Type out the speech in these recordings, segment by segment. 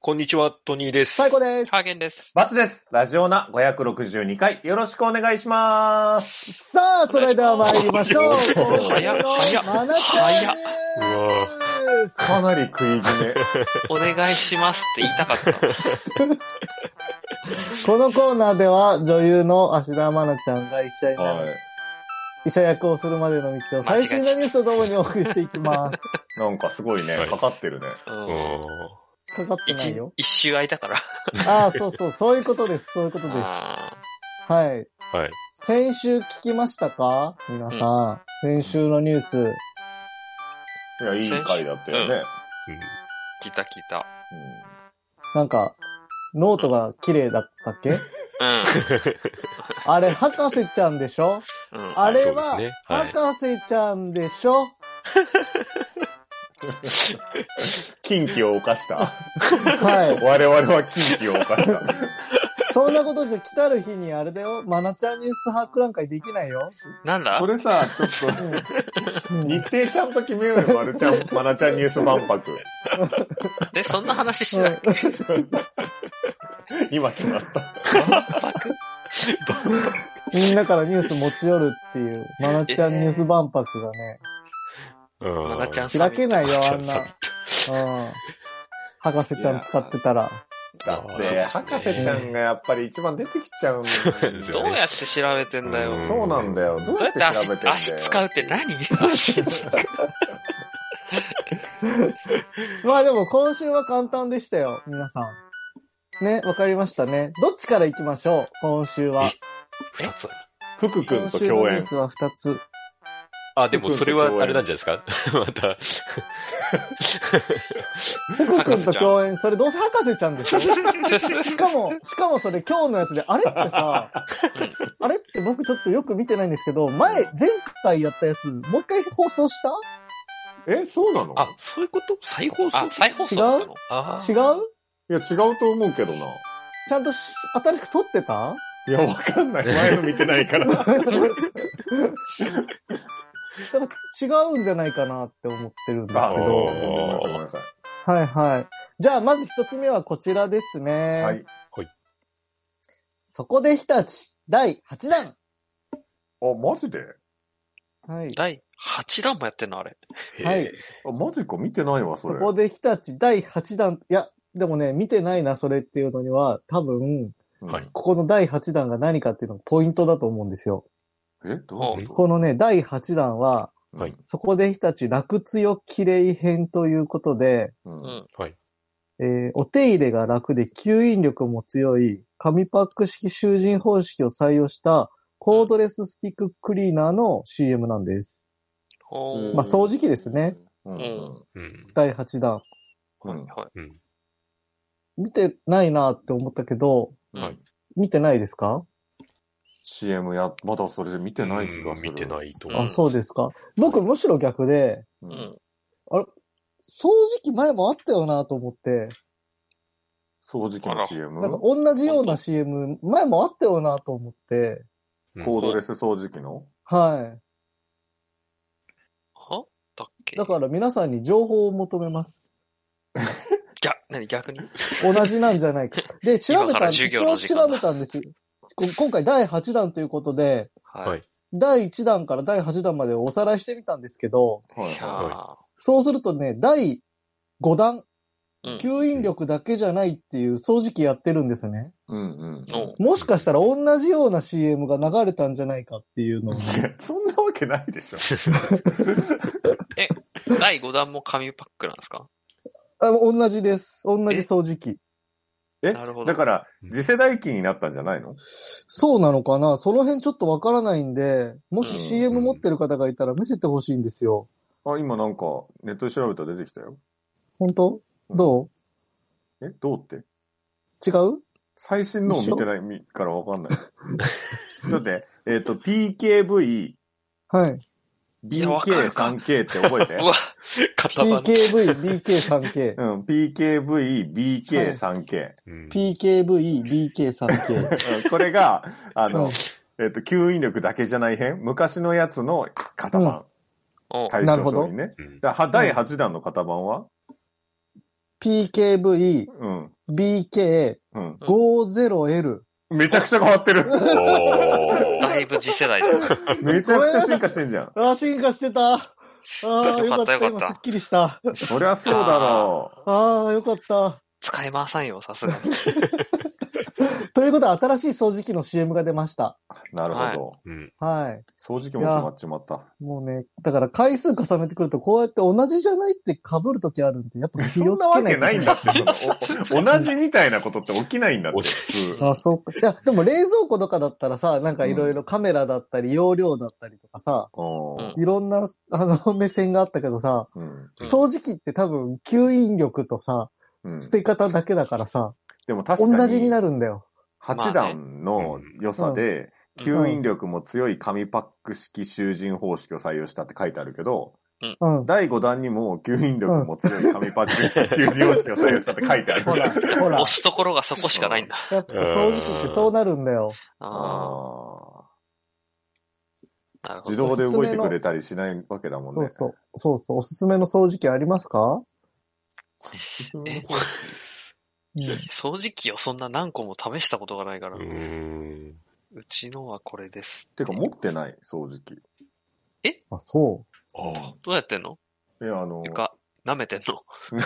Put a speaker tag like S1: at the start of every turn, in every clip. S1: こんにちは、トニーです。
S2: 最高です。
S3: ハーゲンです。
S4: バツです。ラジオナ562回、よろしくお願いします。
S2: さあ、それでは参りましょう。
S1: 早っ
S2: 今週の
S3: 早っ
S2: マナちゃんです。
S4: かなり食い気味。
S3: お願いしますって言いたかった。
S2: このコーナーでは女優の芦田愛菜ちゃんが医者になる
S4: は
S2: 医者役をするまでの道を最新のニュースとともにお送りしていきます。
S4: い。なんかすごいね
S1: は、い
S4: かかってるね。
S3: うん
S2: かかってない
S3: 一
S2: よ。
S3: 一周空いたから。
S2: ああ、そうそう、そういうことです。そういうことです。は
S3: あ
S1: は
S2: い。
S1: い。
S2: 先週聞きましたか皆さん。先週のニュース。
S4: いや、いい回だったよ
S3: ー
S4: ね。
S3: 聞いた聞いた。
S2: なんか、ノートが綺麗だったっけあれ、博士ちゃんでしょ
S3: うん。うん。
S2: あれ
S1: そう
S2: は
S1: ですね、はい
S2: 博士ちゃんでしょ、
S4: 禁忌を犯した。
S2: はい。
S4: 我々は禁忌を犯した。
S2: そんなことじゃ来たる日にあれだよ。マナちゃんニュース博覧会できないよ。
S3: なんだ
S4: これさ、ちょっと、
S2: うん
S4: 日程ちゃんと決めようよ、まるちゃん、まなちゃんニュース万博。
S3: で、そんな話してたっ
S2: う
S3: け
S2: ん
S4: 今決まった。
S2: みんなからニュース持ち寄るっていう、マナちゃんニュース万博がね、
S1: うん
S3: マナちゃんさ
S2: 開
S3: ん。
S2: けないよ、あん
S1: サミ
S2: な。うん。博士ちゃん使ってたら。
S4: だ
S1: あーそう
S4: っ
S1: です
S4: て、
S1: ね
S4: 博士ちゃんがやっぱり一番出てきちゃうんだよね
S1: そ
S3: どうやって調べてんだよ。
S1: うん
S4: そうなんだよ。ど
S3: ど
S4: う
S3: う
S4: や
S3: や
S4: っ
S3: ってて足
S4: 調べてんだよ。
S3: 足使うって何
S2: まあでも今週は簡単でしたよ、皆さん。ね、わかりましたね。どっちから行きましょう、今週は。
S1: 二つ。
S4: 福君
S2: 今
S4: と
S2: 週の
S4: 共
S2: ニュー
S4: 演。
S2: スは2つ。
S1: あ、でもそれはあれなんじゃないですか また。
S2: 福君と
S3: 博士ちゃん
S2: 共演、それどうせ博士ちゃんでしょしかも、しかもそれ今日のやつで、あれってさ、あれって僕ちょっとよく見てないんですけど、前、前回やったやつ、もう一回放送した
S4: え、そうなの
S1: あ、そういうこと再放送
S3: あ、再放送だったの
S1: あ
S2: 違
S1: ー
S2: う
S4: いや、違うと思うけどな。
S2: ちゃんとし新しく撮って た
S4: いや、わかんない。前の見てない から。
S2: だから違うんじゃないかなって思ってるんです
S4: あ、
S2: け
S4: そう。
S2: ど。
S4: ごめんなさい、ごめんなさ
S2: はいはい。じゃあまず一つ目はこちらですね。
S4: い。はい。
S2: そこで日立、第8弾。
S4: あ、マジで
S2: はい。
S3: 第8弾もやってんのあれ。
S2: はい。
S4: あ、マジか、見てないわ、そ
S2: そ
S4: れ。
S2: こで日立、第8弾。いや、でもね、見てないな、それっていうのには、多分、
S4: うん
S1: はい
S2: ここの第8弾が何かっていうのがポイントだと思うんですよ。
S4: え、どういうこ
S2: このね、第8弾は、
S1: はい
S2: そこで日立楽強きれい編ということで、
S4: とう
S3: うんん。
S2: えーお手入れが楽で吸引力も強い、紙パック式囚人方式を採用したコードレススティッククリーナーの CM なんです。
S3: ほー
S2: まあ掃除機ですね。
S4: うん。うん
S1: うん。
S2: 第8弾。
S4: う
S3: はい
S4: ん。
S3: はい
S2: 見てないなって思ったけど、
S4: う
S1: は
S4: ん
S1: い。
S2: 見てないですか、
S4: CM や、まだそれで見てない気がする。。
S1: 見てないいと
S3: う
S1: 思
S2: あ、
S1: う。
S3: ん
S2: そうですか。僕むしろ逆で、
S3: う
S4: う。
S3: んん。
S2: 掃除機前もあったよなと思って、
S4: 掃除機
S3: あ
S4: の
S3: ら
S4: CM?
S2: なんか
S4: コ
S2: 同じような CM 前もあったよなと思って、
S4: ードレス掃除機の
S2: は
S3: はだっけ
S2: い。だから皆さんに情報を求めます。
S3: ぎゃ、なに逆に
S2: 同じなんじゃ ないか。で、調べ
S3: 今か
S2: たん
S3: ら
S2: です。
S3: 授業
S2: 今
S3: の
S2: 日
S3: 時間だ
S2: 調べたんです。こ今回第8弾ということで、
S3: は
S1: はい
S3: い。
S2: 第1弾から第8弾までおさらいしてみたんですけど、
S4: はい
S3: いや
S4: は
S3: ー
S2: そうするとね、第5弾、
S3: うん
S2: 吸引力だけじゃないっていう掃除機やってるんですね。
S4: い。うんうん。
S3: おう
S2: もしかしたら同じような CM が流れたんじゃないかっていう のを。
S4: いやそんなわけないでしょ。
S3: 第5弾も紙パックなんですか
S2: あ同じです。同じ掃除機。
S4: え
S3: なるほど
S4: だから、
S1: うん
S4: 次世代機になったんじゃないの
S2: そうなのかなその辺ちょっとわからないんで、もし
S4: うん
S2: CM 持ってる方がいたら見せてほしいんですよ。
S4: あ、今なんか、ネットで調べたら出てきたよ。
S2: 本当ど
S4: え、どうって
S2: う違う
S4: 最新のを見てないみからわかんない。ちょっとね、えっ、と、PKV、
S2: はい。
S3: いやわかる
S4: BK、
S3: か
S4: 3K って覚えて
S3: う。 わ、
S1: 型番。
S2: PKV、BK3K
S4: う。ん、PKV、
S2: はい
S4: BK、3K。
S1: うん。
S2: PKV、BK3K。
S4: うんこれが、あ
S2: うん
S4: の、えっ、と、吸引力だけじゃない編昔のやつの型番。
S3: おう
S4: 対
S2: なる
S4: 象
S2: ほど
S4: 商品ね。
S1: うん
S4: だからは第8弾の型番は、
S2: PKV、
S4: うん。
S2: BK、
S4: うん。
S2: 50L。
S4: めちゃくちゃ変わってる。
S1: おー
S3: だいぶ次世代だ。
S4: めちゃくちゃ進化してんじゃん。
S2: ああ、進化してた。ああ、よ
S3: よ
S2: か
S3: か
S2: っ、
S3: ったた
S2: よかっ。
S3: よかったた
S2: すっきりした。
S4: そりゃそうだろう。
S2: ああ、よかった。
S3: 使えませんよ、さすが に。
S2: ということは、新しい掃除機の CM が出ました。
S4: なるほど。
S1: うん。
S2: はい。
S4: 掃除機も決まっちまった。
S2: もうね、だから回数重ねてくると、こうやって同じじゃないって被るときあるんで、やっぱ気
S4: そ
S2: を
S4: ん
S2: つ
S4: な
S2: け
S4: わ
S2: ない
S4: け
S2: と
S4: ないんだって、 そのお同じみたいなことって起きないんだって、普通。
S2: あ、そうか。いや、でも冷蔵庫とかだったらさ、なんかいろいろカメラだったり、容量だったりとかさ、
S4: う
S3: うん
S4: ん
S2: いろんな、あの、 目線があったけどさ、
S4: うん
S3: うん
S2: 掃除機って多分、吸引力とさ、
S4: うん
S2: 捨て方だけだからさ、
S4: でも確か
S2: 同じに
S4: に、
S2: なるんだよ。
S4: 8段の良さで、
S2: うん
S4: 吸引力も強い紙パック式囚人方式を採用したって書いてあるけど、
S2: うん。
S4: 第5弾にも吸引力も強い紙パック式囚人方式を採用したって書いてある。
S2: ほら、ほら
S3: 押。すところがそこしかないんだ。
S2: やっぱ掃除機ってそうなるんだよ。
S3: あ
S4: あ
S3: あ、なる
S4: ー
S3: ほ
S4: 自
S3: ど。
S4: 動で動いてくれたりしないわけだもんね。
S2: そうそう。そうそう。おすすめの掃除機ありますか
S3: え
S2: うん
S3: 掃除機をそんな何個も試したことがないから、
S1: う。
S3: うんちのはこれです。
S4: てか持ってない、掃除機。い
S2: あ、そ
S1: あ
S3: どうやってんの
S4: や、あの、
S3: てか、舐めてんの
S2: う。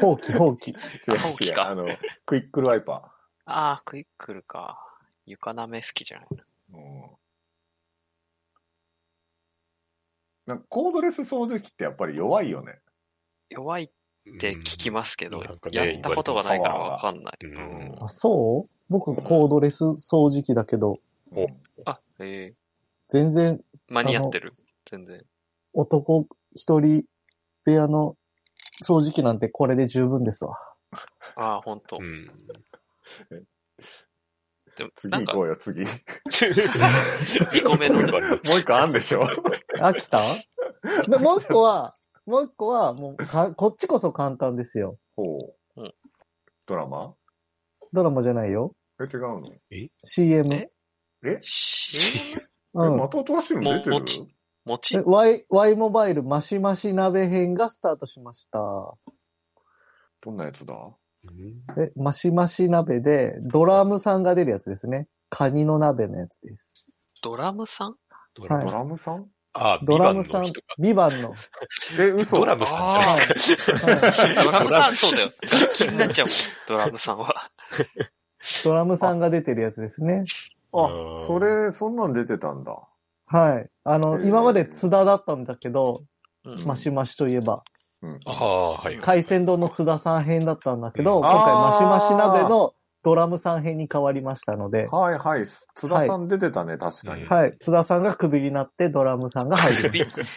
S2: 放棄、放棄。
S4: 違う
S3: 青
S4: 違
S3: 木
S4: う、
S3: か
S4: あの、クイックルワイパ
S3: ああ、クイックルか。床舐め好きじゃないの
S4: ー。うんなんかコードレス掃除機ってやっぱり弱いよね。
S3: 弱いって聞きますけ
S1: う
S3: ど
S1: んなんか、ね
S3: やったことがないからわかんない。
S1: うん
S3: うん
S2: あ、そう僕、コードレス掃除機だけど、
S1: お
S3: あ、ええ
S2: 全然
S3: 間に合ってる。全然。
S2: 男一人部屋の掃除機なんてこれで十分ですわ。
S3: ああ、ほんと
S1: う。ん。
S3: でも、なん
S4: 次行
S3: か
S4: こ、うよ、次。 も
S3: 2個目の、
S4: う一個あんでしょ
S2: 飽き たでもう一個は、もう一個は、もうか、こっちこそ簡単ですよ。
S4: ほう
S3: うん。
S4: ドラマ
S2: ドラマじゃないよ。
S4: え、違うの
S2: CM。
S3: え
S4: え
S3: し、
S2: う
S4: え、
S2: ん
S4: ま。た新しいの出てる
S3: ももちもち
S2: え、Y、Y モバイルマシマシ鍋編がスタートしました。
S4: どんなやつだ
S2: え、マシマシ鍋で、ドラムさんが出るやつですね。カニの鍋のやつです。
S3: ドラムさん
S1: ド
S2: は
S1: ラ
S2: い
S4: ド
S1: ム
S4: ラムさん
S1: あー、
S2: ドラムさん
S1: ビバンの人か、
S2: ビバ ンの。
S4: え、嘘
S1: ドラムさんじゃない
S2: はいはい
S3: ドラムさん、そうだよ。気になっちゃうもん。ドラムさんは。
S2: ドラムさんが出てるやつですね。
S4: あ、それ、そんなん出てたんだ。
S2: はい。あの、
S4: へー
S2: 今まで津田だったんだけど、
S3: うん
S2: マシマシといえば、
S4: うん。
S1: ああ、はい。
S2: 海鮮丼の津田さん編だったんだけど、
S1: うん
S2: 今回マシマシ
S4: あー
S2: 鍋のドラムさん編に変わりましたので、
S4: はいはい。津田さん出てたね、確かに。
S1: うん
S2: はい。津田さんがクビになって、ドラムさんが 入る。
S3: 首、首っ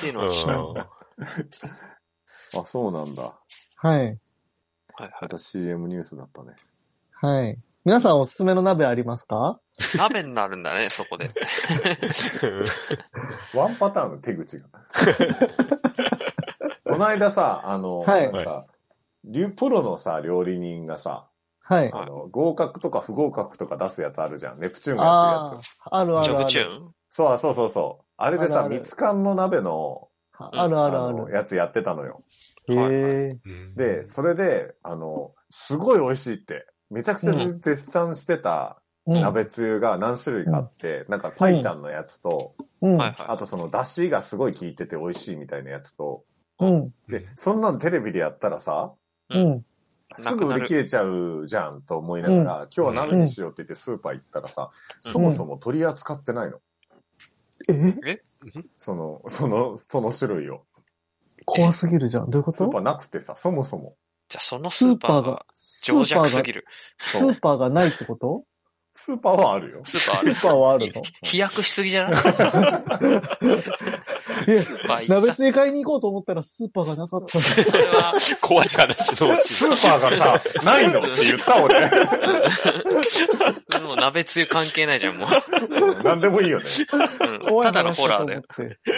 S3: ていうのは知らん。
S1: うん
S4: あ、そうなんだ。
S2: はい。
S3: はいは
S4: また CM ニュースだったね。
S2: はい。皆さんおすすめの鍋ありますか
S3: い。鍋になるんだね、そこで。
S4: ワンパターンの手 口が。この間さ、あの、
S2: はい
S4: なんか、リュプロのさ、料理人がさ、
S2: はい。
S4: あの、合格とか不合格とか出すやつあるじゃん。ネプチューンがやってる
S2: あ
S4: やつ。
S2: あ、あるあ
S3: ジ
S2: る
S3: ョ
S2: あ
S3: ブチュー
S2: る。
S3: ン
S4: そうそうそうそう。あれで
S2: ある
S4: さ、
S2: ある
S4: ミツカンの鍋の、
S2: あるあるあ
S4: の
S2: る。
S4: やつやってたのよ。
S2: へ
S3: はい
S2: え。
S1: うん
S4: で、それで、あの、すごい美味しいって、めちゃくちゃ
S3: う
S4: 絶賛してた
S2: うん
S4: 鍋つゆが何種類かあって、なんかパイタンのやつと、
S2: うん。
S3: はいはい。
S4: あとその出汁がすごい効いてて美味しいみたいなやつと、
S2: うん。
S4: で、そんなのテレビでやったらさ、
S2: うん。
S4: すぐ売り切れちゃうじゃんと思いながら、今日は鍋にしようって言ってスーパー行ったらさ、
S3: うん
S4: そもそも取り扱ってないの。
S2: え
S4: その、その、その種類を。
S2: 怖すぎるじゃん。どういうこ
S4: スーパー
S2: と
S4: なくてさ、そもそも。
S3: じゃあそのスーパーが、
S2: ス
S3: 情
S2: ーパ
S3: 弱
S2: ー
S3: す
S2: が
S3: ぎ、る。
S2: スーパーがないってこと
S4: スーパーはあるよ。
S3: スーパーあ
S2: ス
S3: る。
S2: ーパーはあるの
S3: 飛躍しすぎじゃないスー
S2: いや、
S3: パー行
S2: 鍋
S3: っ
S2: つゆ買いに行こうと思ったらスーパーがなかった。
S3: た。それは、
S1: 怖い話のうち
S4: スーパーがさ、ないのって言った俺。
S3: でも鍋つゆ関係ないじゃん、もう。
S4: うん何でもいいよね。
S3: うんただのホラーだよ。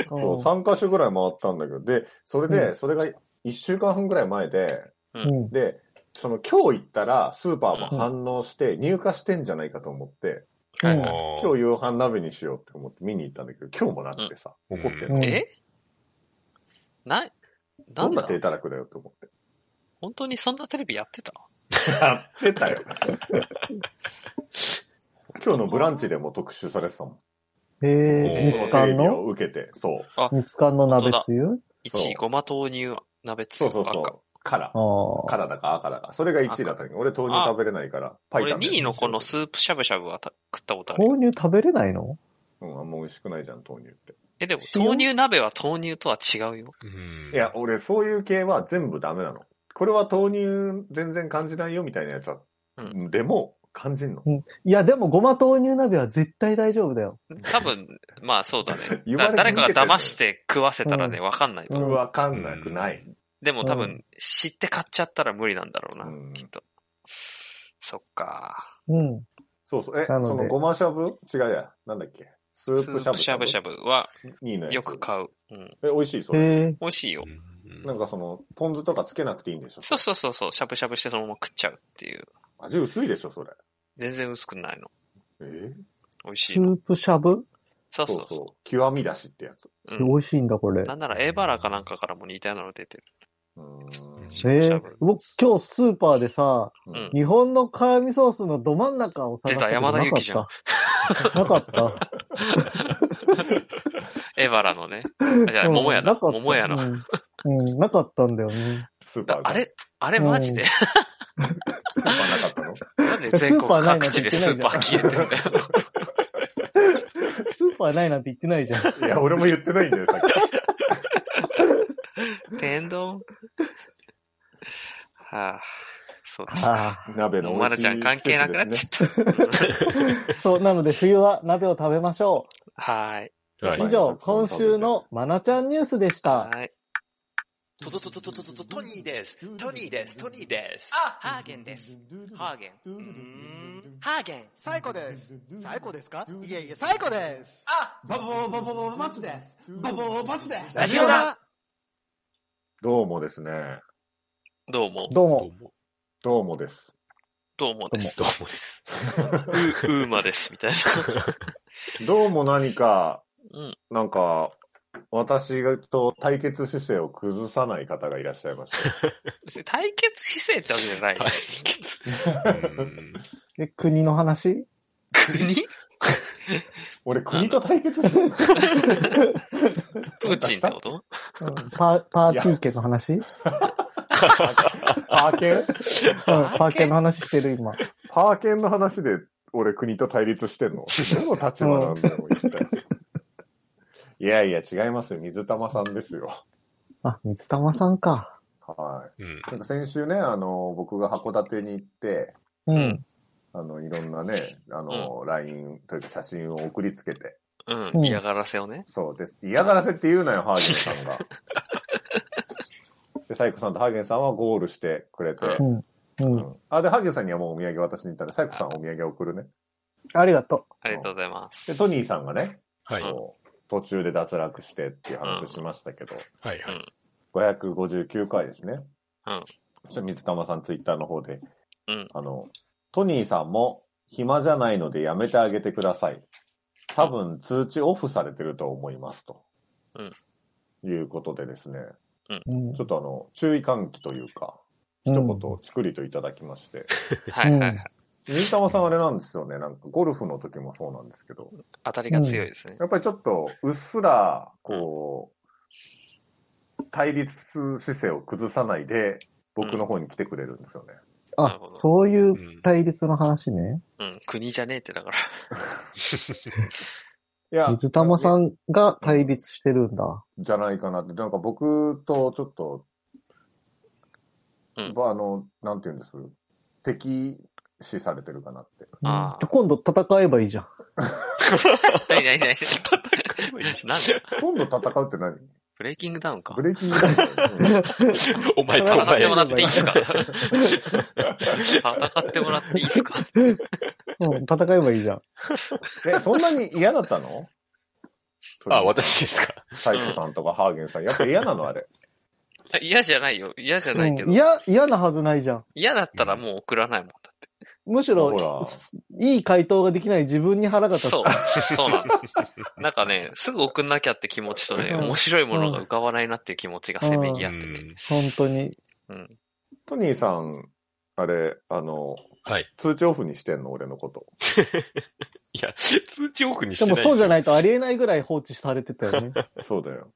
S4: そう、
S2: よ。
S4: 3カ所ぐらい回ったんだけど、で、それ
S2: う
S4: で、それが1週間半ぐらい前で、
S2: うん。
S4: で、その今日行ったらスーパーも反応して入荷してんじゃないかと思って、
S3: は
S2: う
S3: い
S2: ん
S3: はい
S4: 今日夕飯鍋にしようって思って見に行ったんだけど、今日もなくてさ、
S1: うん
S4: 怒って
S2: うん
S4: る。
S3: えない、
S4: ど
S3: なん
S4: んな
S3: だ
S4: 手たらくだよって思って。
S3: 本当にそんなテレビやってた
S4: やって たよ。今日のブランチでも特集されてたもん。
S2: へえ、
S3: ー
S2: 蜜
S4: テレ
S2: 缶
S4: ビ
S2: の
S4: を受けて、そう。
S2: 蜜缶の鍋つゆ
S4: そう
S3: 1位、ごま豆乳鍋つ
S4: そ
S3: ゆ
S4: うそうそ
S3: 赤。
S4: う。から
S2: あ。あ。
S4: からだか赤だか。それが1位だったんだけど、俺豆乳食べれないから、パイ
S3: 俺
S4: タンで
S3: 2位のこのスープしゃぶしゃぶはた食ったことあるよ。
S2: 豆乳食べれないの
S4: うん、あんま美味しくないじゃん、豆乳って。
S3: え、でも
S2: 塩
S3: 豆乳鍋は豆乳とは違うよ。
S1: うん
S4: いや、、俺そういう系は全部ダメなの。これは豆乳全然感じないよみたいなやつは、
S3: う
S4: でも感じんの。
S2: いや、でもごま豆乳鍋は絶対大丈夫だよ。
S3: 多分、まあそうだね。
S4: 言わ
S3: だ
S4: れ続けて
S3: 誰
S4: る
S3: かが騙して食わせたらね、わかんないと
S2: う
S3: 思う。
S2: ん
S4: わかんなくない。
S3: でも多
S2: う
S3: 分、知って買っちゃったら無理なんだろうな、
S4: うん
S3: きっと。そっか。
S2: うん。
S4: そうそう。え、
S2: なので
S4: そのごましゃぶ違うや。なんだっけス
S3: ス
S4: ープしゃ
S3: ープ
S4: ぶ
S3: しゃぶしゃ
S4: ぶ。
S3: ぶは
S4: 2位のやつ。
S3: よく買う。うん。
S4: え、美味しいそれ。
S2: へえ。
S3: 美味しいよ
S1: う。ん
S4: なんかその、ポン酢とかつけなくていいんでしょ
S3: そうそうそうそう、しゃぶしゃぶしてそのまま食っちゃうっていう。
S4: 味薄いでしょそれ。
S3: 全然薄くないの。
S4: え
S3: 美味
S2: ス
S3: しいの。
S2: ープしゃぶ
S3: そうそ
S4: そ
S3: う
S4: う
S3: そう。
S4: そう。極みだしってやつ。
S3: うん
S2: 美味しいんだ、これ。
S3: なんならエバラかなんかからも似たようなの出てる。
S4: うー
S2: え
S4: ん。
S3: ぶしゃ
S2: え
S3: ぶ
S2: 僕今日スーパーでさ、
S3: うん
S2: 日本の辛味ソースのど真ん中を探したけど
S3: 出た山田
S2: な
S3: 裕
S2: か
S3: 貴じゃん
S2: った。 なかった。
S3: エバラのね。あじゃあ、桃屋
S2: な
S3: だ。
S2: かった
S3: 桃屋の。
S2: うん。うんなかったんだよね。
S4: スーパ
S3: だ
S4: ー
S3: あ
S4: が
S3: れ、あれマジで、
S4: スーパーなかったの
S3: なんで全国各地でスーパー消えてんだよ。
S2: スーパーないなんて言ってないじゃん。
S4: いや、俺も言ってないんだよ、さっき。
S3: 天丼 はあ、そうですか。
S2: あ
S4: 鍋の
S3: もう
S4: 美
S3: ま
S4: 味
S3: な
S4: しい
S3: ちゃん関係なくなっちゃった。
S2: あ。そう、なので冬は鍋を食べましょ
S3: はーい。
S1: は
S2: う。以
S1: い。
S2: 上、今週のまなちゃんニュースでした
S3: は。ーい。
S5: トトトトトトトトトニーです。トニーです。トニーです。
S6: あ、ハーゲンです。
S3: ハーゲン。
S6: うーん、ハーゲン。
S5: 最高です。最高ですかいえいえ、最高です。
S6: あ、バボーバボーバボバツです。バボーバツです。
S5: ラジオだ
S4: どうもですね。
S3: どうも。
S2: ど
S1: ど
S2: うも。
S1: うも。
S4: どうもです。
S3: どうもです。
S1: どうもです。
S3: う、うーまです。みたいな。
S4: どうも何か、
S3: うん。
S4: なんか、私と対決姿勢を崩さない方がいらっしゃいました。
S3: 別に対決姿勢ってわけじゃない。
S1: 対決。うん
S2: え、国の話
S3: 国
S4: 俺、国と対決してる
S3: プーチンってこと
S2: うんパーパーティー券の話うん、
S4: パーケン
S2: パー券の話してる今。
S4: パーケンの話で、俺、国と対立してんの何の立場なんだよ、一体。いやいや、違いますよ。水玉さんですよ。
S2: あ、水玉さんか。
S4: は
S1: うん
S4: い。なんか先週ね、あの、僕が函館に行って、
S2: うん。
S4: あの、いろんなね、あの、LINE というか写真を送りつけて、
S3: う
S2: うん
S3: ん。嫌がらせをね。
S4: そうです。嫌がらせって言うなよ、ハーゲンさんが。で、サイコさんとハーゲンさんはゴールしてくれて。
S2: うん。う。
S4: うんんあ、で、ハーゲンさんにはもうお土産渡しに行ったんで、サイコさんはお土産送るね。
S2: ありがと
S3: ありがとうございます。
S4: で、トニーさんがね、
S1: はい。はい
S4: こう途中で脱落してっていう話をしましたけど、
S1: はい。
S4: 559回ですね。
S3: うん
S4: ちょ水玉さんツイッターの方で、
S3: うん
S4: あの、トニーさんも暇じゃないのでやめてあげてください。多分通知オフされてると思いますと。
S3: うん
S4: いうことでですね、
S2: う。うん
S4: ちょっとあの、注意喚起というか、
S2: う
S4: 一
S2: ん
S4: 言、チクリといただきまして。
S3: はいはいは
S2: うん
S3: い。
S4: 水玉さんあれなんですよね、なんかゴルフの時もそうなんですけど、
S3: 当たりが強いですね。
S4: やっぱりちょっと、うっすら、こう、対立姿勢を崩さないで、僕の方に来てくれるんですよね。
S3: なる
S2: あ
S3: ほ、ど
S2: そういううん対立の話ね。
S3: うん。国じゃねえってだから。
S4: いや
S2: 水玉さ
S4: ん
S2: んが対立してるんだ。
S4: じゃないかなって、なんか僕とちょっと、
S3: うん
S4: やっぱあの、なんて言うんです敵視されてるかなって。
S3: あー
S2: うん今度戦えばいいじゃん。
S3: なになになになんだ
S4: 今度戦うって何
S3: ブレイキングダウンか
S4: ブ。レイキングダウンだよね、
S1: お前とお
S3: 戦っ
S1: 前
S3: ても。らっていいで すか戦ってもらっていいですか
S2: うん、戦えばいいじゃん。
S4: うんえ、そんなに嫌だったの
S1: あ、。私ですか。
S4: サイコさんとかハーゲンさん。やっぱ嫌なのあれ。
S3: あ嫌じゃないよ。嫌じゃないけ
S2: う
S3: ど
S2: ん。嫌、嫌なはずないじゃん。
S3: 嫌だったらもう送らないもんだって。
S2: むし
S4: ほ
S2: ろ
S4: ら、
S2: いい回答ができない自分に腹が立つ。
S3: そう、そうなんですなんかね、すぐ送んなきゃって気持ちとね、
S2: うん
S3: 面白いものが浮かばないなっていう気持ちがせめぎ合ってね。
S2: 本当に。
S3: うん。
S4: トニーさん、あれ、あの、
S1: はい。
S4: 通知オフにしてんの俺のこと。
S1: いや、通知オフにし
S2: で
S1: てない
S2: も
S1: ですよ
S2: そうじゃないとありえないぐらい放置されてたよね。
S4: そう だよ。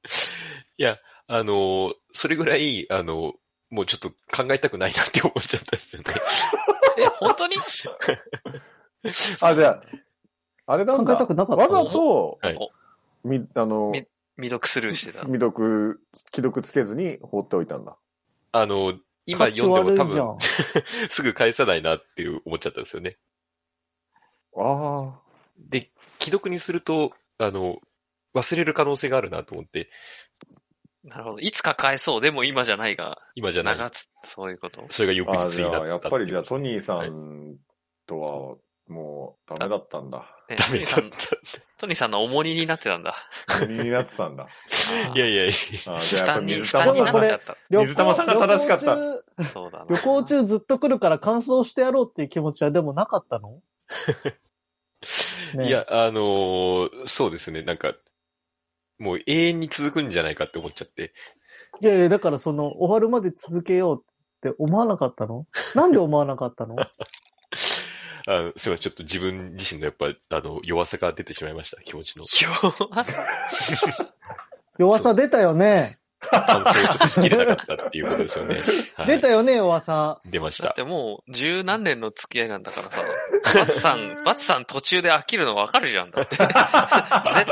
S1: あのー、それぐらい、あのー、もうちょっと考えたくないなって思っちゃったんですよね。
S3: え、本当に
S4: あ、じゃあ、あれなん
S2: 考えた
S4: だ。
S2: くなかった。
S4: わざと、
S1: はい
S4: み、あの、
S3: み未読スルーしてた。
S4: 未読、既読つけずに放っておいたんだ。
S1: あのー、今読んでも多分 すぐ返さないなっていう思っちゃったんですよね。
S4: あ
S1: で、既読にすると、あの、忘れる可能性があるなと思って、
S3: なるほど。いつか返そう。でも今じゃないが、
S1: 今じゃない。
S3: 長つ、そういうこと。
S1: それが翌
S4: あ。あ
S1: 日
S4: じ
S1: にな
S4: ゃ
S1: っ
S4: あ、
S1: た
S4: やっぱりじゃあ、ト
S1: に
S4: ニーさんとは、もう、ダメだった んだ。
S3: ね
S1: ダメだった
S3: トニーさんトニーさんの重荷になってたんだ。
S4: 気になってたんだ。
S1: いやいやいや、
S4: あじ
S3: 負
S4: ゃあ、やっぱ
S3: 担に、負
S4: 水
S3: 担
S4: 玉
S3: になっ
S4: さんこ
S3: ち
S4: れ
S3: ゃった。
S2: 旅行
S4: 水玉さんが正しかった
S2: 旅行中
S3: そうだな。
S2: 旅行 中ずっと来るから感想してやろうっていう気持ちはでもなかったのねえ
S1: いや、あのーそうですね、なんか、もう永遠に続くんじゃないかって思っちゃって。
S2: いやいや、だからその、終わるまで続けようって思わなかったのなんで思わなかったの
S1: あのすいません、ちょっと自分自身のやっぱ、あの、弱さが出てしまいました、気持ちの。
S3: 弱さ
S2: 弱さ出たよね。
S1: 感想をちょっとしきれなかったっていうことですよね。はい
S2: 出たよね、弱さ。
S1: 出まし。
S3: だったてもう、十何年の付き合いなんだからさ、バツさん、バツさん途中で飽きるのわかるじゃんだって。絶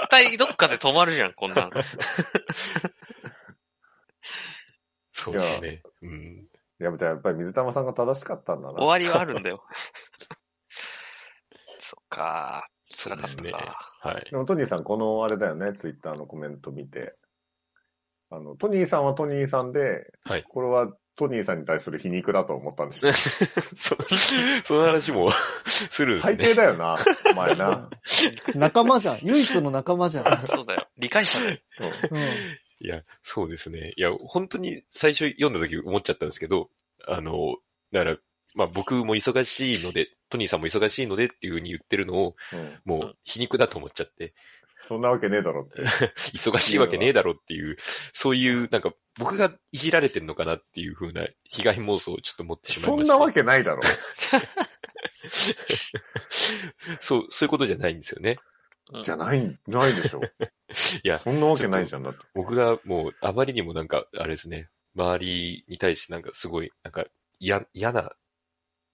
S3: 対どっかで止まるじゃん、こんなの。
S1: そうですね。うん。
S4: やっぱじゃあやっぱり水玉さんが正しかったんだな。
S3: 終わりはあるんだよ。そっか辛かっ
S1: そ
S3: た
S1: うですね
S3: か。
S1: はい。
S4: でもトニーさん、このあれだよね、ツイッターのコメント見て。あの、トニーさんはトニーさんで、
S1: はい
S4: これはトニーさんに対する皮肉だと思った んですよ。
S1: そ、その話もするんです
S4: 最
S1: ね。
S4: 低だ よな、お前な。
S2: 仲間じゃん。唯一の仲間じゃん。
S3: そうだよ。理解者だよ。
S4: うん
S2: う
S1: いや、そうですね。いや、本当に最初読んだ時思っちゃったんですけど、あの、だから、まあ僕も忙しいので、トニーさんも忙しいのでっていうふうに言ってるのを、
S4: うん
S1: もう皮肉だと思っちゃって、
S4: そんなわけねえだろって。
S1: 忙しいわけねえだろっていう、そういう、なんか僕がいじられてんのかなっていうふうな被害妄想をちょっと持ってしまいま
S4: そ
S1: した。
S4: んなわけないだろ。
S1: そう、そういうことじゃないんですよね。
S3: うん
S4: じゃない、ないでしょ。
S1: いや
S4: そんなわけないじゃんだって。
S1: 僕がもう、あまりにもなんか、あれですね、周りに対してなんかすごい、なんか、嫌、嫌な、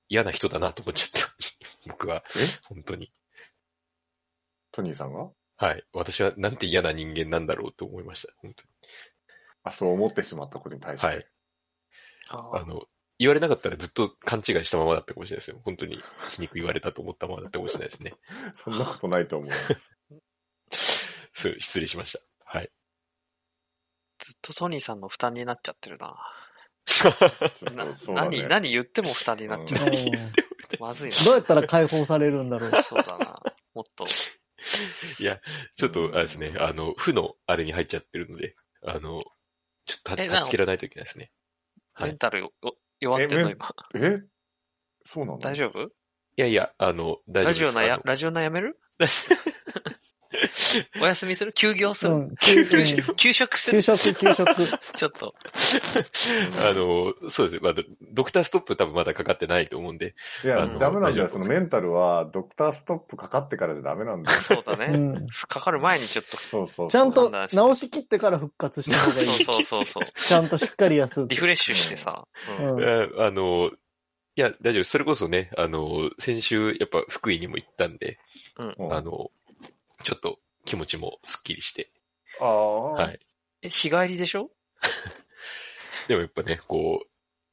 S1: 嫌な人だなと思っちゃった。 僕は
S4: え、
S1: 本当に。
S4: トニーさんが
S1: はい。私はなんて嫌な人間なんだろうと思いました。本
S4: あ、そう思ってしまったことに対して。
S1: 当に。はい。あの、言われなかったらずっと勘違いしたままだったかもしれないですよ。本当に、皮肉言われたと思ったままだったかもしれないですね。
S4: そんなことないと思う。
S1: そう、失礼しました。はい。
S3: ずっとトニーさんの負担になっちゃってるな。な
S4: そうだ
S3: 何、
S4: ね。
S3: 何言っても負担になっちゃ
S2: んう
S3: う。
S2: ん
S3: まずい
S2: どうやったら解放されるんだろう
S3: な。。そうだな。もっと。
S1: ちょっと、あれですね、あの、負のあれに入っちゃってるので、あの、ちょっと
S3: え
S1: 断
S3: な
S1: 断ち切らないといけないですね。はい
S3: メンタルよよ弱ってるの今。
S4: えそうなの
S3: 大丈夫
S1: いやいや、あの、大丈夫
S3: ラ
S1: です。
S3: ジオな
S1: あ
S3: や
S1: の、
S3: ラジオなや めるお休みする休業す
S2: う
S3: る、
S2: ん、給
S3: 休職休職す
S2: 給
S3: る
S2: 食、給食。
S3: ちょっと。
S1: あの、そうですね。まだ、ドクターストップ多分まだかかってないと思うんで。
S4: いや
S1: あ
S3: の、
S4: ダメなんだ
S1: 大丈
S4: よ。
S1: 夫
S4: そのメンタルは、ドクターストップかかってからじゃダメなん だよ。
S3: そうだ
S2: う
S3: ね。
S2: ん、
S3: かかる前にちょっと。
S4: そうそうそう。
S2: ちゃんと直しきってから復活した方がい
S3: そう
S2: い。
S3: そうそうそう。
S2: ちゃんとしっかり休んで
S3: リ。フレッシュしてさ。うん
S2: うん
S1: ああの、いや、大丈夫です。それこそね、あの、先週、やっぱ福井にも行ったんで、
S4: うん
S1: あの、ちょっと気持ちもスッキリして。
S4: ああ、
S1: はい。
S3: え、日帰りでしょ
S1: でもやっぱね、こう、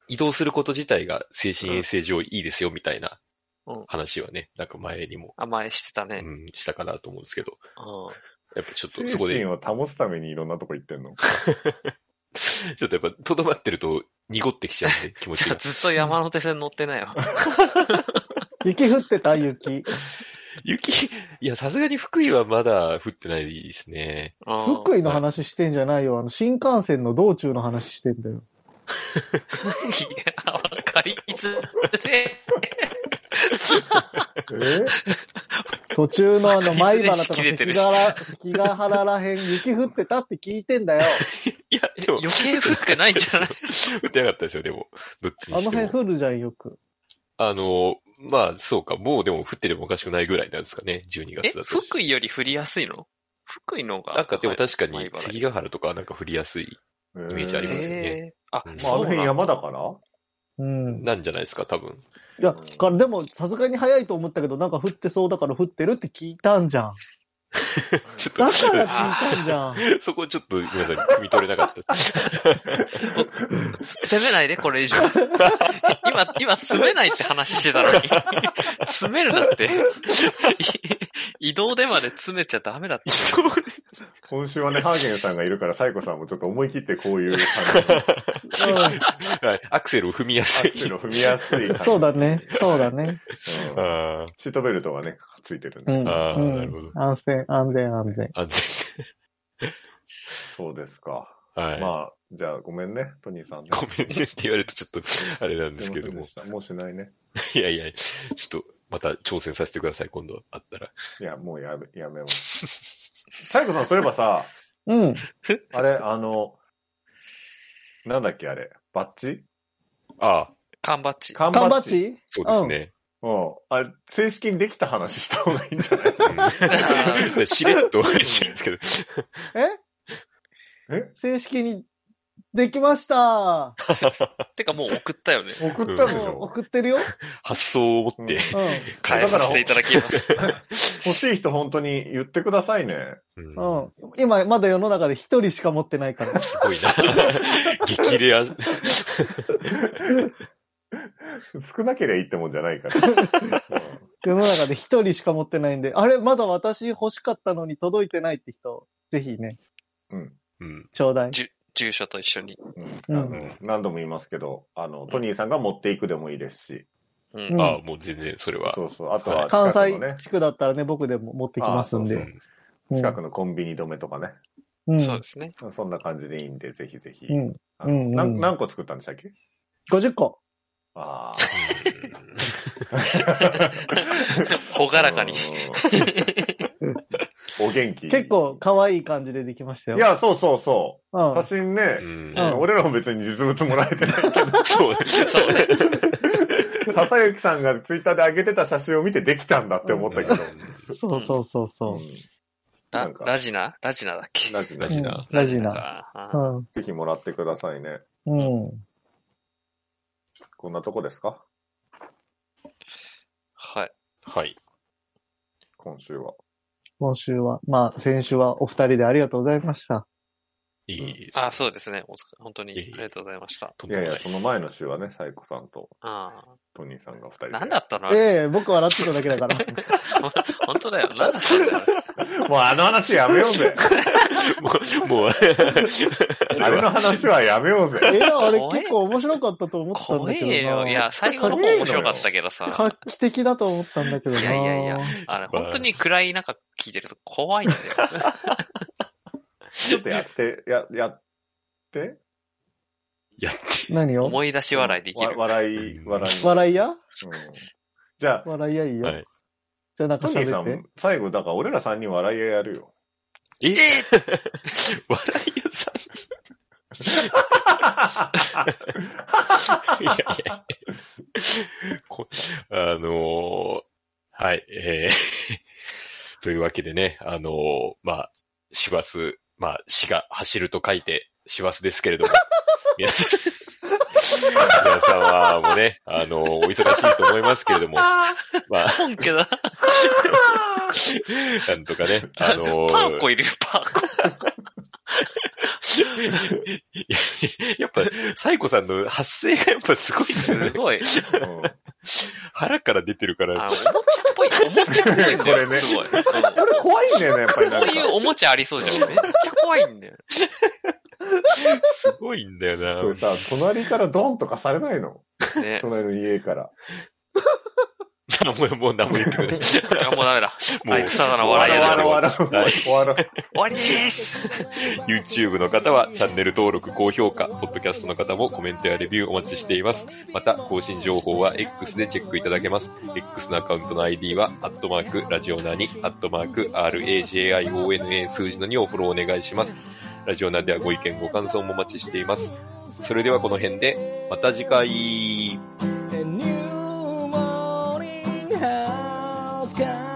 S1: 移動すること自体が精神衛生上いいですよ、みたいな
S3: うん
S1: 話はね、なんか前にも、
S3: 甘えしてた
S1: う
S3: ね。
S1: ん、したかなと思うんですけど、
S3: うん。
S1: やっぱちょっと
S4: 精
S1: そこで
S4: 神、を保つためにいろんなとこ行ってんの。
S1: ちょっとやっぱ、とどまってると濁ってきちゃうんで、気持ち
S3: じゃあ
S1: が。
S3: ずっと山手線乗ってないよ。
S2: 雪降ってた、雪。
S1: 雪、いや、さすがに福井はまだ降ってないですね。
S3: うん
S2: 福井の話してんじゃないよ。あの、新幹線の道中の話してんだよ。
S3: いや、わかりづれえ。
S4: え
S2: 途中のあ の、
S3: 確
S2: 前
S3: 実に
S2: 原
S3: 仕
S2: とか
S3: 切れてる
S2: 関
S3: し
S2: ヶ原、関ヶ原らへん雪降ってたって聞いてん だよ。
S1: いや、でも
S3: 余、計降ってないんじゃない
S1: 打ってなかったですよ、でも。どっち
S2: あの
S1: にして
S2: 辺
S1: も。
S2: 降るじゃん、よく。
S1: あの、まあ、そうか。もうでも降っててもおかしくないぐらいなんですかね、12
S3: え
S1: 月だ、と。
S3: 福井より降りやすいの福井の方が。
S1: なんかでも確か
S3: 前
S1: に、
S3: 払い
S1: 関ヶ原とかはなんか降りやすい、
S4: ー
S1: イメージありますよね
S3: えーあ、
S1: うん
S4: まあ、あ
S3: そ
S4: の
S3: うなん
S4: 辺
S3: だ
S4: 山だから
S2: うん。
S1: なんじゃないですか、多分。
S2: いや、からでも、さすがに早いと思ったけど、なんか降ってそうだから降ってるって聞いたん じゃん。
S1: ちょっと
S2: だから聞いたんじゃ ん。
S1: そこちょっと、ごめんなさい、汲み取れなかった。
S3: 詰めないで、これ以上。 今、今、詰めないって話してたのに。詰めるなって。 い移動でまで詰めちゃダメだって。
S4: 今週はね、ハーゲンさんがいるから、サイコさんもちょっと思い切ってこういう感じの、
S1: はいアクセルを踏みや
S4: ア
S1: すい
S4: ク。セルを踏みやす
S2: う
S4: い感
S2: ん、
S4: じ。
S2: そうだね。そうだね。
S4: う
S1: あ
S4: んシートベルトはね、ついてる
S2: う
S4: ね。
S2: ん。
S1: あー
S2: うん
S1: なるほど
S2: 安全、安全、安全。
S1: あ、安
S4: そうですか。
S1: 全。はい。
S4: まあ、じゃあごめんね、トニーさんね。
S1: ごめんねって言われるとちょっと、あれなんですけども
S4: す。いませんでした。もうしないね。
S1: いやいや、ちょっと、また挑戦させてください、今度あったら。
S4: いや、もうやめ、やめます。 サイコさん、そういえばさ、
S2: うん。
S4: あれ、あの、なんだっけ、あれ、バッチ
S1: ああ、
S3: 缶バッチ。
S4: 缶
S2: 缶バッチ
S1: そうですね。
S4: うん。あれ、正式にできた話した方がいいんじ ゃない
S1: うんしれっと嬉しいんですけど。
S2: え
S4: え
S2: 正式に、できました。
S3: てかもう送ったよね。
S4: 送ったでし
S2: もう
S4: ょ、
S2: 送ってるよ。
S1: 発想を持って。
S2: う
S3: 変えさせていただきます。
S4: 欲しい人本当に言ってくださいね。
S1: うん
S2: ん。うん。今、まだ世の中で一人しか持ってないから。
S1: すごいな。激レア。
S4: 少なければいいってもんじゃないから。 うん
S2: 世の中で一人しか持ってないんで、あれ、まだ私欲しかったのに届いてないって人、ぜひね、
S4: うん。
S1: うん。
S2: ちょうだい。
S3: じゅ住所と一緒に。
S4: うんあの
S1: うん
S4: 何度も言いますけど、あの、トニーさんが持っていくでもいいですし、
S3: う
S2: うん
S3: ん。
S1: ああ、もう全然、それは。
S4: そうそう、あとは
S2: 関
S4: 近く
S2: 西
S4: のね、
S2: 地区だったらね、僕でも持ってきますん
S1: う
S2: で。
S1: ん
S2: うん
S4: 近くのコンビニ止めとかね、
S2: うん
S3: そうですね。
S4: そんな感じでいいんで、ぜひぜひ。
S2: うん。
S4: あの
S2: うん
S4: な
S2: うん
S4: ん何個作ったんでしたっけ
S2: 50個。
S4: ああ。
S3: ほがらかに。
S4: うん。お元気。
S2: 結。構可愛い感じでできましたよ。
S4: い、や、そうそうそうう。
S2: ん。
S4: 写真
S1: う
S4: ね、
S1: ん。
S2: うん
S4: 俺らも別に実物もらえてないけど、
S1: そう。
S3: そうね。
S4: 笹雪さんがツイッターで上げてた写真を見てできたんだって思ったけど。
S2: そうそうそうそうう。
S4: んな
S3: ラ
S4: んか
S3: ラジナラジナだっけ
S4: ラジナ
S1: ラジナ。
S2: ラジナ。
S3: あ
S2: う
S3: ああ
S2: ん。
S4: ぜひもらってくださいね。
S2: うん。
S4: こんなとこですか
S3: はい。
S1: はい。
S4: 今週は。
S2: 今週は、まあ、先週はお二人でありがとうございました。
S1: いい。
S3: あ、そうですね。お疲れ本当にありがとうございました。
S1: とん
S4: い
S1: で
S4: や
S1: も
S4: いや、
S1: ない
S4: その前の週はね、サイコさんと
S3: あ
S4: トニーさんが二人
S3: あ。
S4: で。
S3: なんだったのあれ
S2: ええ僕笑ってただけだ から。
S3: 本当だよ。なんだったんだよあれ。
S4: もうあの話やめようぜ。
S1: もう、もう、
S4: あれの話はやめようぜ。
S2: ええあれ
S3: 怖え
S2: 結構面白かったと思ってたん
S3: 怖
S2: だけどな。
S3: えよ。いや、最後の方面白かったけどさ。
S2: 画期的だと思ったんだけどな。
S3: いやいやいや。 あの、本当に暗い中聞いてると怖いんだ よ。
S4: ちょっとやって、や、やって。
S1: やって。
S2: 何を
S3: 思い出し笑いできる。
S4: わ笑い、笑い。
S2: 笑いや
S4: うんじゃあ、
S2: 笑いやいいよ。
S1: はい
S2: じゃあなんか
S4: トニーさ
S2: 喋って
S4: ん。、最後、だから俺ら三人笑いやるよ。
S1: え笑い屋さん。 いやいやこあのーはい、えーというわけでね、あのーまあ、市バス、まあ、市が走ると書いて、市バスですけれ ども、皆さん、皆さんはもうね、あのーお忙しいと思いますけれども、まあ、
S3: 本家だ。
S1: なんとかね、あのー
S3: パーコいるよ、パーコ。
S1: いややっぱ、サイコさんの発声がやっぱすごいです
S3: す
S1: ね。
S3: ごい。
S4: うん
S1: 腹から出てるか
S3: あの、おも
S1: ら。
S3: ちゃっぽい。おもちゃっぽいんだよ。
S4: これね
S3: すごい。うん
S4: これ怖いんだよね、やっぱりな
S3: こ
S4: ん
S3: ういうおもちゃありそうじゃん。めっちゃ怖いんだよ。
S1: すごいんだよな。
S4: か。さ、隣からドンとかされないの
S3: ね。
S4: 隣の家か
S1: あ
S4: ら。
S1: もう、もう何も言ってくれない。
S3: あもうダメだ。
S1: もう
S3: あいつただの
S1: 終わ
S3: 笑い
S1: ら
S3: だ
S1: な
S3: ろ。
S4: わらわら
S1: はい
S4: 終わら
S3: 終わりです。
S1: YouTube の方はチャンネル登録、高評価、ポッドキャストの方もコメントやレビューお待ちしています。また、更新情報は X でチェックいただけます。X のアカウントの ID は、アットマーク、ラジオナに、アットマーク、RAJIONA 数字の2をフォローお願いします。ラジオナではご意見、ご感想もお待ちしています。それではこの辺で、また次回。
S7: A new morning has come